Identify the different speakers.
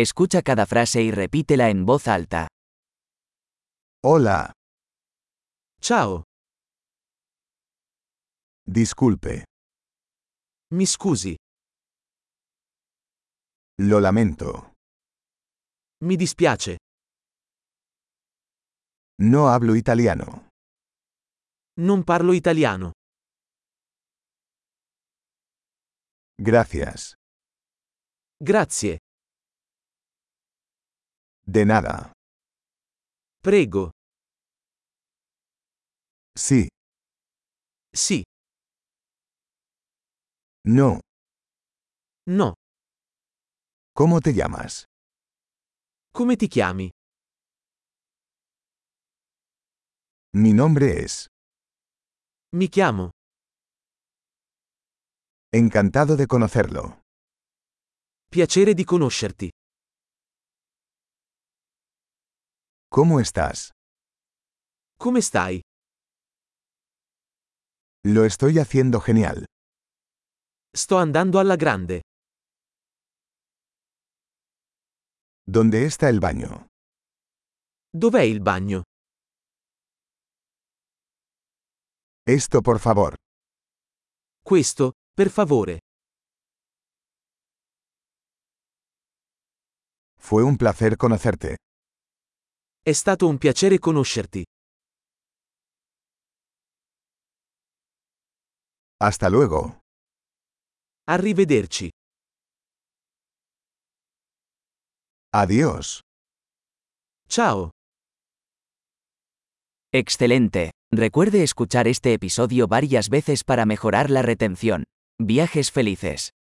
Speaker 1: Escucha cada frase y repítela en voz alta.
Speaker 2: Hola,
Speaker 3: Ciao,
Speaker 2: disculpe,
Speaker 3: mi scusi,
Speaker 2: lo lamento.
Speaker 3: mi dispiace,
Speaker 2: No hablo italiano.
Speaker 3: non parlo italiano.
Speaker 2: Gracias.
Speaker 3: Grazie,
Speaker 2: De nada.
Speaker 3: prego,
Speaker 2: Sí,
Speaker 3: sì,
Speaker 2: no.
Speaker 3: no,
Speaker 2: ¿Cómo te llamas?
Speaker 3: come ti chiami?
Speaker 2: Mi nombre es.
Speaker 3: Mi chiamo,
Speaker 2: Encantado de conocerlo.
Speaker 3: piacere di conoscerti.
Speaker 2: ¿Cómo estás?
Speaker 3: Come stai?
Speaker 2: Lo estoy haciendo genial.
Speaker 3: Sto andando alla grande.
Speaker 2: ¿Dónde está el baño?
Speaker 3: Dov'è il bagno?
Speaker 2: Esto, por favor.
Speaker 3: Questo, per favore.
Speaker 2: Fue un placer conocerte.
Speaker 3: È stato un piacere conoscerti.
Speaker 2: Hasta luego.
Speaker 3: Arrivederci.
Speaker 2: Adiós.
Speaker 3: Ciao.
Speaker 1: Excelente. Recuerde escuchar este episodio varias veces para mejorar la retención. Viajes felices.